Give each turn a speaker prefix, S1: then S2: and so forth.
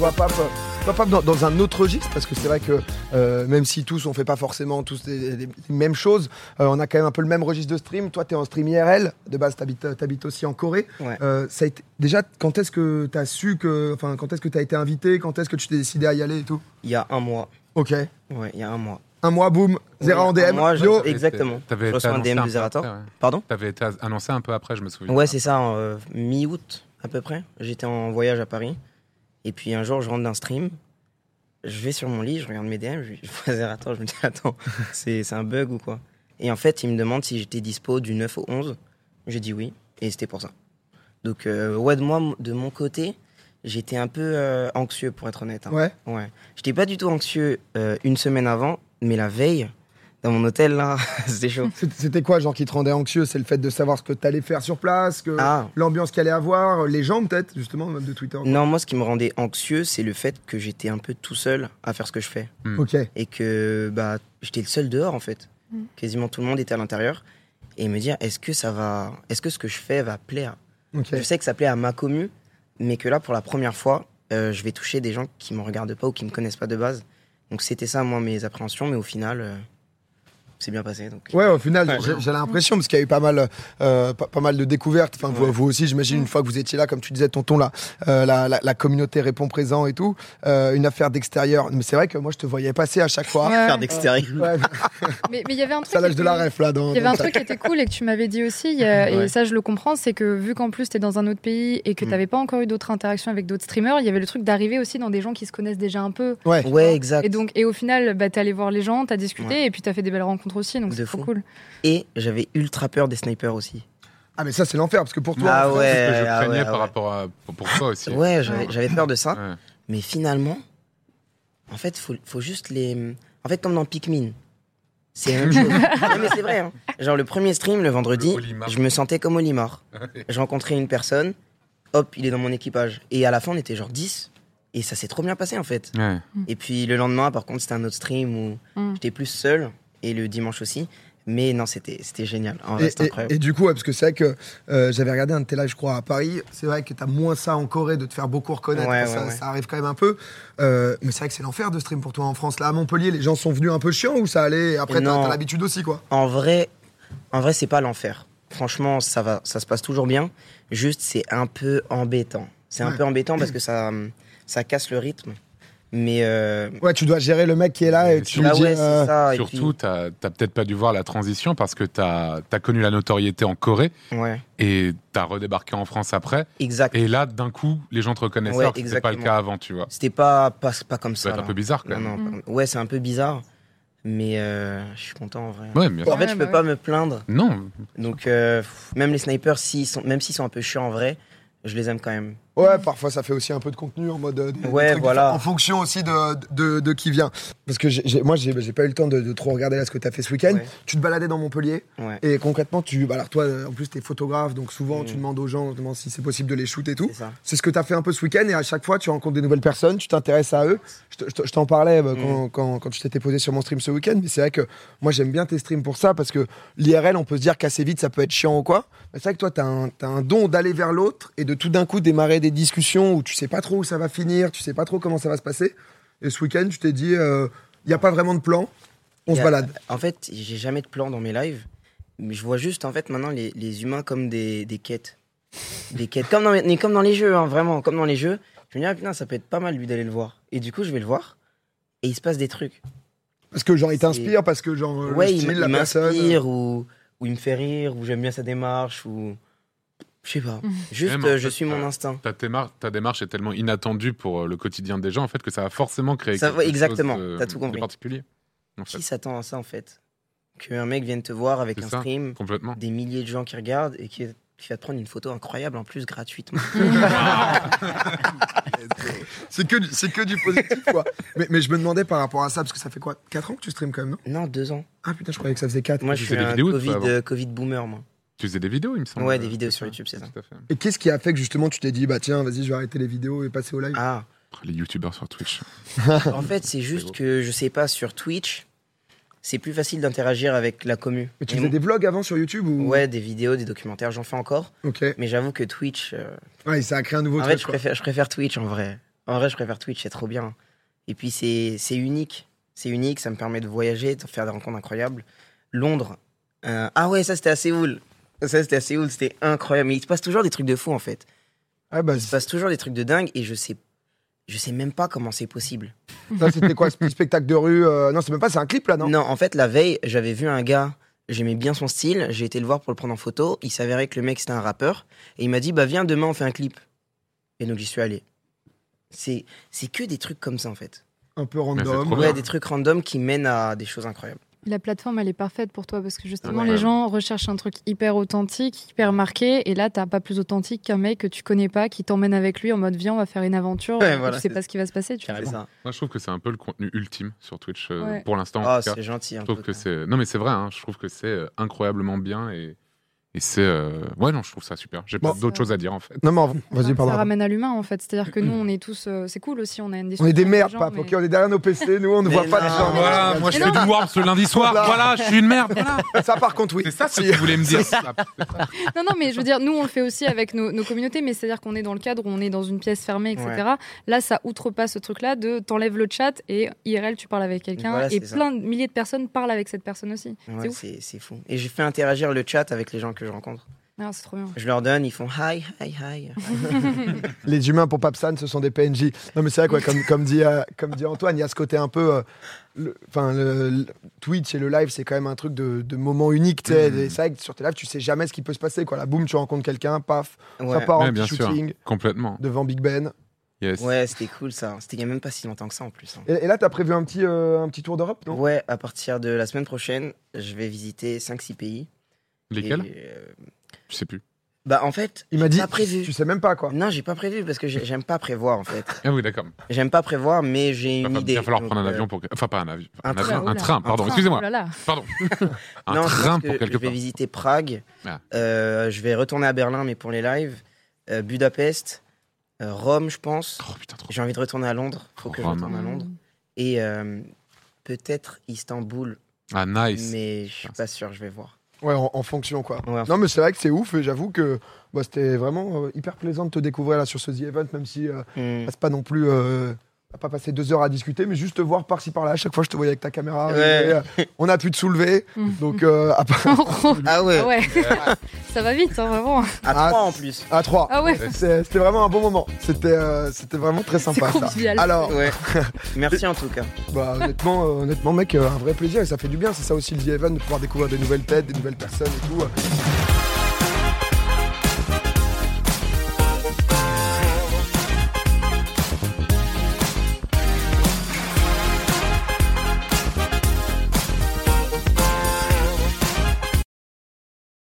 S1: va pas va pas dans, dans un autre registre parce que c'est vrai que euh, même si tous on fait pas forcément tous les, les mêmes choses, euh, on a quand même un peu le même registre de stream. Toi, tu es en stream IRL, de base t'habites habites aussi en Corée.
S2: Ouais.
S1: Euh, ça a été- déjà quand est-ce que tu as su que enfin quand est-ce que tu as été invité, quand est-ce que tu t'es décidé à y aller et tout
S2: Il y a un mois.
S1: OK.
S2: Ouais, il y a un mois.
S1: Un mois boum, zéro
S2: Oui,
S1: en
S2: un
S1: DM.
S2: mois, je-
S1: yo.
S2: Exactement.
S3: T'avais
S2: Je
S3: été
S2: reçois un
S3: annoncé
S2: DM
S3: un
S2: de
S3: peu
S2: Zerator.
S3: après, ouais.
S2: Pardon
S3: T'avais été as- annoncé un peu après, je me souviens.
S2: Ouais, c'est ça, en, euh, mi-août à peu près. J'étais en voyage à Paris. Et puis un jour, je rentre d'un stream. Je vais sur mon lit, je regarde mes DM, je, je vois Zerator, je me dis attends, c'est c'est un bug ou quoi Et en fait, il me demande si j'étais dispo du 9 au 11. J'ai dit oui, et c'était pour ça. Donc, euh, ouais, de moi, de mon côté, j'étais un peu euh, anxieux pour être honnête. hein.
S1: Ouais.
S2: Ouais. J'étais pas du tout anxieux euh, une semaine avant, mais la veille, dans mon hôtel, là, c'était chaud.
S1: C'est- C'était quoi, genre, qui te rendait anxieux C'est le fait de savoir ce que t'allais faire sur place, que
S2: Ah.
S1: l'ambiance qu'il allait avoir, les gens peut-être, justement, même de Twitter.
S2: Non, moi, ce qui me rendait anxieux, c'est le fait que j'étais un peu tout seul à faire ce que je fais.
S1: Ok.
S2: Et que bah, j'étais le seul dehors, en fait.
S4: Mm.
S2: Quasiment tout le monde était à l'intérieur. Et me dire, est-ce que ça va. Est-ce que ce que je fais va plaire
S1: Ok.
S2: Je sais que ça plaît à ma commu, mais que là, pour la première fois, euh, je vais toucher des gens qui me regardent pas ou qui me connaissent pas de base. Donc, c'était ça, moi, mes appréhensions, mais au final, euh, c'est bien passé. Donc.
S1: Ouais, au final,
S2: Ouais.
S1: j'ai- j'ai l'impression, parce qu'il y a eu pas mal, euh, pas, pas mal de découvertes. Enfin, vous,
S2: Ouais.
S1: vous aussi, j'imagine, une fois que vous étiez là, comme tu disais, tonton, là, euh, la, la, la communauté répond présent et tout. Euh, une affaire d'extérieur. Mais c'est vrai que moi, je te voyais passer à chaque fois.
S2: Faire
S4: Ouais.
S2: d'extérieur.
S1: Ouais,
S4: Mais mais il y avait un truc.
S1: ça lâche
S4: qui
S1: de la
S4: était-
S1: ref, là. Dans,
S4: Il y avait
S1: dans
S4: un
S1: ça.
S4: truc qui était cool et que tu m'avais dit aussi, il y a-
S2: Ouais.
S4: et ça je le comprends, c'est que vu qu'en plus t'es dans un autre pays et que
S2: Mm.
S4: t'avais pas encore eu d'autres interactions avec d'autres streamers, il y avait le truc d'arriver aussi dans des gens qui se connaissent déjà un peu.
S1: Ouais.
S2: Ouais, exact.
S4: Et donc, et au final, bah, t'es allé voir les gens, t'as discuté et puis t'as fait des belles rencontres aussi, donc
S2: De
S4: c'est trop
S2: fou.
S4: cool.
S2: Et j'avais ultra peur des snipers aussi.
S1: Ah, mais ça, c'est l'enfer, parce que pour toi,
S2: Ah
S1: en France,
S3: C'est ce que je
S2: Ouais, ah
S3: craignais
S2: ouais,
S3: par
S2: ouais.
S3: rapport à. Pour, pour toi aussi.
S2: Ouais, j'avais j'avais peur de ça.
S3: Ouais.
S2: Mais finalement, en fait, faut, faut juste les. En fait, comme dans Pikmin, c'est la même chose. non, mais c'est vrai. hein. Genre, le premier stream, le vendredi,
S3: Le Olimar. Ah
S2: je me sentais comme Olimar. je rencontrais une personne, hop, il est dans mon équipage. Et à la fin, on était genre 10. Et ça s'est trop bien passé, en fait.
S3: Ouais.
S2: Et puis le lendemain, par contre, c'était un autre stream où
S4: Mm.
S2: j'étais plus seul. Et le dimanche aussi. Mais non, c'était c'était génial. En vrai,
S1: Et,
S2: c'était
S1: et-
S2: incroyable.
S1: et du coup, ouais, parce que c'est vrai que euh, j'avais regardé un de tes lives, je crois, à Paris. C'est vrai que t'as moins ça en Corée de te faire beaucoup reconnaître.
S2: Ouais,
S1: Enfin, ça,
S2: ouais, ouais.
S1: ça arrive quand même un peu. Euh, mais c'est vrai que c'est l'enfer de stream pour toi en France. Là, à Montpellier, les gens sont venus un peu chiants ou ça allait et Après, t'as
S2: Non.
S1: t'as l'habitude aussi, quoi.
S2: En vrai, en vrai, c'est pas l'enfer. Franchement, ça va, ça se passe toujours bien. Juste, c'est un peu embêtant. C'est un
S1: Ouais.
S2: peu embêtant parce que ça, ça casse le rythme. Mais euh,
S1: Ouais, tu dois gérer le mec qui est là et
S3: Mais
S1: tu
S3: sur-
S1: lui
S2: bah
S1: dis.
S2: ouais, c'est
S1: euh,
S2: ça. et
S3: Surtout, t'as t'as peut-être pas dû voir la transition parce que t'as as connu la notoriété en Corée
S2: puis- ouais,
S3: et t'as redébarqué en France après.
S2: exact.
S3: Et là, d'un coup, les gens te reconnaissent
S2: Ouais,
S3: alors que c'était pas le
S2: exactement.
S3: cas avant, tu vois.
S2: C'était pas, pas, pas comme
S3: Ça
S2: ça.
S3: va être un
S2: là.
S3: peu bizarre
S2: Non,
S3: quand même.
S2: non,
S4: Mm.
S2: pas comme- ouais, c'est un peu bizarre. Mais euh, je suis content en vrai.
S3: Ouais, bien sûr.
S2: En fait,
S4: Ouais,
S2: je
S4: bah
S2: peux pas me plaindre.
S3: Non,
S2: Donc, euh, pff, même les snipers, s'ils sont, même s'ils sont un peu chiants en vrai, je les aime quand même.
S1: Ouais, parfois ça fait aussi un peu de contenu en mode. euh, des- des
S2: Ouais,
S1: trucs
S2: voilà.
S1: différents, En fonction aussi de, de, de qui vient. Parce que j'ai- j'ai- moi, j'ai j'ai pas eu le temps de, de trop regarder là ce que t'as fait ce week-end.
S2: Ouais.
S1: Tu te baladais dans Montpellier.
S2: Ouais,
S1: Et concrètement, tu, bah alors toi, euh, en plus, t'es photographe, donc souvent,
S2: Mm.
S1: tu demandes aux gens demande si c'est possible de les shooter et tout.
S2: c'est ça.
S1: C'est ce que tu as fait un peu ce week-end et à chaque fois tu rencontres des nouvelles personnes, tu t'intéresses à eux. Je te- je te- je t'en parlais
S2: Mm.
S1: bah, quand, quand, quand tu t'étais posé sur mon stream ce week-end, mais c'est vrai que moi j'aime bien tes streams pour ça parce que l'IRL on peut se dire qu'assez vite ça peut être chiant ou quoi. Mais c'est vrai que toi tu as, un don d'aller vers l'autre et de tout d'un coup démarrer des discussions où tu sais pas trop où ça va finir, tu sais pas trop comment ça va se passer. Et ce week-end tu t'es dit, il n'y a pas vraiment de plan, on
S2: Y
S1: se
S2: a-
S1: balade.
S2: En fait, j'ai jamais de plan dans mes lives. Mais je vois juste, en fait, maintenant, les, les humains comme des, des quêtes. Des quêtes. Comme dans, mais comme dans les jeux, hein, vraiment, comme dans les jeux. Je me dis, ah putain, ça peut être pas mal, lui, d'aller le voir. Et du coup, je vais le voir. Et il se passe des trucs.
S1: Parce que genre il
S2: C'est-
S1: t'inspire, parce que genre euh,
S2: ouais,
S1: le
S2: il
S1: style,
S2: m-
S1: la
S2: il
S1: personne.
S2: m'inspire, ou, ou il me fait rire, ou j'aime bien sa démarche, ou. Je sais pas. Juste,
S3: Même, en
S2: euh,
S3: fait,
S2: je suis
S3: euh,
S2: mon instinct.
S3: ta, démar- ta démarche est tellement inattendue pour euh, le quotidien des gens en fait que ça va forcément créer
S2: Ça-
S3: quelque
S2: ouais,
S3: chose
S2: exactement,
S3: de-
S2: t'as tout
S3: de
S2: compris.
S3: particulier. En fait,
S2: Qui s'attend à ça, en fait Qu'un mec vienne te voir avec
S3: C'est
S2: un
S3: ça.
S2: stream,
S3: complètement.
S2: des milliers de gens qui regardent, et qui, qui va te prendre une photo incroyable, en plus, gratuitement.
S1: euh, C'est que, du- c'est que du positif, quoi. Mais, mais je me demandais par rapport à ça, parce que ça fait quoi 4 ans que tu streames quand même, non
S2: non, deux ans.
S1: Ah putain, je croyais que ça faisait 4.
S2: Moi, je
S3: Tu
S2: suis
S3: faisais
S2: un
S3: des vidéos, toi,
S2: COVID,
S3: avant
S2: euh, Covid boomer, moi.
S3: Tu faisais des vidéos, il me semble.
S2: Ouais, des vidéos
S3: C'est
S2: sur
S3: ça,
S2: YouTube, c'est ça.
S3: Tout à fait.
S1: Et qu'est-ce qui a fait que justement tu t'es dit, bah tiens, vas-y, je vais arrêter les vidéos et passer au live
S2: Ah,
S3: Les youtubeurs sur Twitch.
S2: en fait, c'est juste que je sais pas, sur Twitch, c'est plus facile d'interagir avec la commu.
S1: Mais tu
S2: Et
S1: faisais
S2: moi-
S1: des vlogs avant sur YouTube ou...
S2: Ouais, des vidéos, des documentaires, j'en fais encore.
S1: Ok.
S2: Mais j'avoue que Twitch. euh,
S1: Ouais, ça a créé un nouveau
S2: En fait,
S1: truc,
S2: je
S1: quoi.
S2: préfère, je préfère Twitch en vrai. En vrai, je préfère Twitch, c'est trop bien. Et puis, c'est c'est unique. C'est unique, ça me permet de voyager, de faire des rencontres incroyables. Londres. euh, ah ouais, ça, c'était à Séoul. Ça, c'était à Séoul, c'était incroyable. Mais il se passe toujours des trucs de fou, en fait.
S1: Ah bah,
S2: Il se passe toujours des trucs de dingue et je sais, je sais même pas comment c'est possible.
S1: ça c'était quoi ce petit spectacle de rue euh, Non, c'est même pas, c'est un clip là, non
S2: Non. en fait, la veille, j'avais vu un gars, j'aimais bien son style, j'ai été le voir pour le prendre en photo. Il s'avérait que le mec c'était un rappeur et il m'a dit Bah, viens demain, on fait un clip. Et donc, j'y suis allé. C'est c'est que des trucs comme ça en fait.
S1: Un peu
S3: c'est
S1: random.
S3: trop
S2: Ouais,
S3: bien.
S2: des trucs random qui mènent à des choses incroyables.
S4: La plateforme, elle est parfaite pour toi parce que justement,
S3: Ouais.
S4: les gens recherchent un truc hyper authentique, hyper marqué. Et là, t'as pas plus authentique qu'un mec que tu connais pas qui t'emmène avec lui en mode viens, on va faire une aventure.
S2: Ouais,
S4: et
S2: voilà,
S4: tu sais
S2: c'est-
S4: pas ce qui va se passer. Tu vois.
S2: C'est ça.
S3: Moi, je trouve que c'est un peu le contenu ultime sur Twitch euh,
S4: Ouais.
S3: pour l'instant. en
S2: Ah,
S3: tout cas.
S2: c'est gentil. un
S3: Je trouve
S2: peu,
S3: que
S2: quoi.
S3: c'est. Non, mais c'est vrai. hein, je trouve que c'est euh, incroyablement bien et, et c'est. euh, Ouais, non, je trouve ça super. J'ai
S1: Bon.
S3: pas d'autres choses à dire en fait.
S1: Non, mais en- vas-y,
S4: Enfin, Ça
S1: pardon.
S4: ramène à l'humain en fait. C'est-à-dire que nous, on est tous. euh, c'est cool aussi, on
S1: On
S4: a une
S1: est des
S4: discussion avec
S1: merdes,
S4: les gens,
S1: pap,
S4: mais-
S1: ok, on est derrière nos PC, nous on ne
S2: Mais
S1: voit pas les
S2: non.
S1: gens.
S3: Voilà, moi je
S4: Mais
S3: fais
S4: non.
S3: du warp le lundi soir.
S1: Voilà.
S3: voilà, je suis une merde. Voilà.
S1: Ça par contre, oui.
S3: C'est ça ce
S1: Si-
S3: que vous voulez me dire. ça.
S4: Non, non, mais je veux dire, nous, on le fait aussi avec nos, nos communautés, mais c'est-à-dire qu'on est dans le cadre où on est dans une pièce fermée, etc. Là, ça outrepasse ce truc-là de t'enlèves le chat et IRL, tu parles avec quelqu'un
S2: Voilà,
S4: et
S2: c'est ça.
S4: plein de milliers de personnes parlent avec cette personne aussi.
S2: Ouais,
S4: c'est ouf.
S2: c'est c'est fou. Et j'ai fait interagir le chat avec les gens que je rencontre.
S4: Ah, c'est trop bien.
S2: Je leur donne, ils font hi, hi, hi.
S1: les humains pour Papsan, ce sont des PNJ. Non, mais c'est vrai, quoi, comme, comme, dit, euh, comme dit Antoine, il y a ce côté un peu. euh, le- Enfin, le, le Twitch et le live, c'est quand même un truc de, de moment unique. tu sais.
S2: Mmh.
S3: Mhm.
S1: Et C'est vrai que sur tes lives, tu sais jamais ce qui peut se passer. Quoi. Là, boum, tu rencontres quelqu'un, paf, ça
S2: Ouais,
S1: part en
S3: Ouais, bien
S1: petit
S3: sûr.
S1: shooting
S3: Complètement.
S1: devant Big Ben.
S3: Yes.
S2: ouais c'était cool ça. C'était il y a même pas si longtemps que ça en plus. hein.
S1: Et, et là, t'as prévu un petit, euh, un petit tour d'Europe, non
S2: Ouais, à partir de la semaine prochaine, je vais visiter 5-6 pays.
S3: Lesquels
S2: Et, euh,
S3: Je sais plus.
S2: Bah en fait,
S1: Il m'a dit,
S2: pas prévu.
S1: tu sais même pas quoi.
S2: non, j'ai pas prévu parce que j'ai- j'aime pas prévoir en fait.
S3: Ah oui, d'accord.
S2: J'aime pas prévoir, mais j'ai
S3: Il
S2: une
S3: va,
S2: idée.
S3: va falloir
S2: Donc,
S3: prendre un
S2: euh,
S3: avion pour. que- Enfin, pas un avion.
S2: un
S3: Un,
S2: train,
S3: avion,
S4: oula.
S3: un train, pardon.
S2: train.
S4: Oh
S3: Excusez-moi.
S4: là là.
S3: Pardon. un
S2: non, je pense
S3: train
S2: que
S3: pour quelque
S2: Je vais
S3: part.
S2: visiter Prague.
S3: Ah.
S2: Euh, je vais retourner à Berlin, mais pour les lives. Euh, Budapest, euh, Rome, je pense.
S3: Oh putain, trop.
S2: J'ai envie de retourner à Londres. Faut que je
S3: Rome.
S2: retourne à Londres. Et euh, peut-être Istanbul,
S3: Ah nice.
S2: mais je suis pas sûr. Je vais voir.
S1: Ouais, en, en fonction quoi.
S2: Ouais, en
S1: non, mais c'est vrai que c'est ouf et j'avoue que bah, c'était vraiment euh, hyper plaisant de te découvrir là sur ce The Event, même si. euh,
S2: Hmm.
S1: passe pas non plus euh, à pas passer deux heures à discuter, mais juste te voir par-ci par-là. À chaque fois, je te voyais avec ta caméra.
S2: Ouais.
S1: arriver, euh, on a pu te soulever.
S4: Mm.
S1: donc, euh, à, part-
S2: Ah ouais.
S4: Ah ouais, ça va vite, hein, vraiment.
S2: À
S1: Ah.
S2: trois en plus.
S1: à trois.
S4: Ah ouais,
S1: C'est- C'était vraiment un bon moment. C'était euh, c'était vraiment très
S4: c'est
S1: sympa ça.
S4: convivial.
S1: Alors,
S2: Ah Ouais. Merci en tout cas.
S1: bah, honnêtement, euh, honnêtement, mec, euh, un vrai plaisir et ça fait du bien. C'est ça aussi le The Event, de pouvoir découvrir des nouvelles têtes, des nouvelles personnes et tout.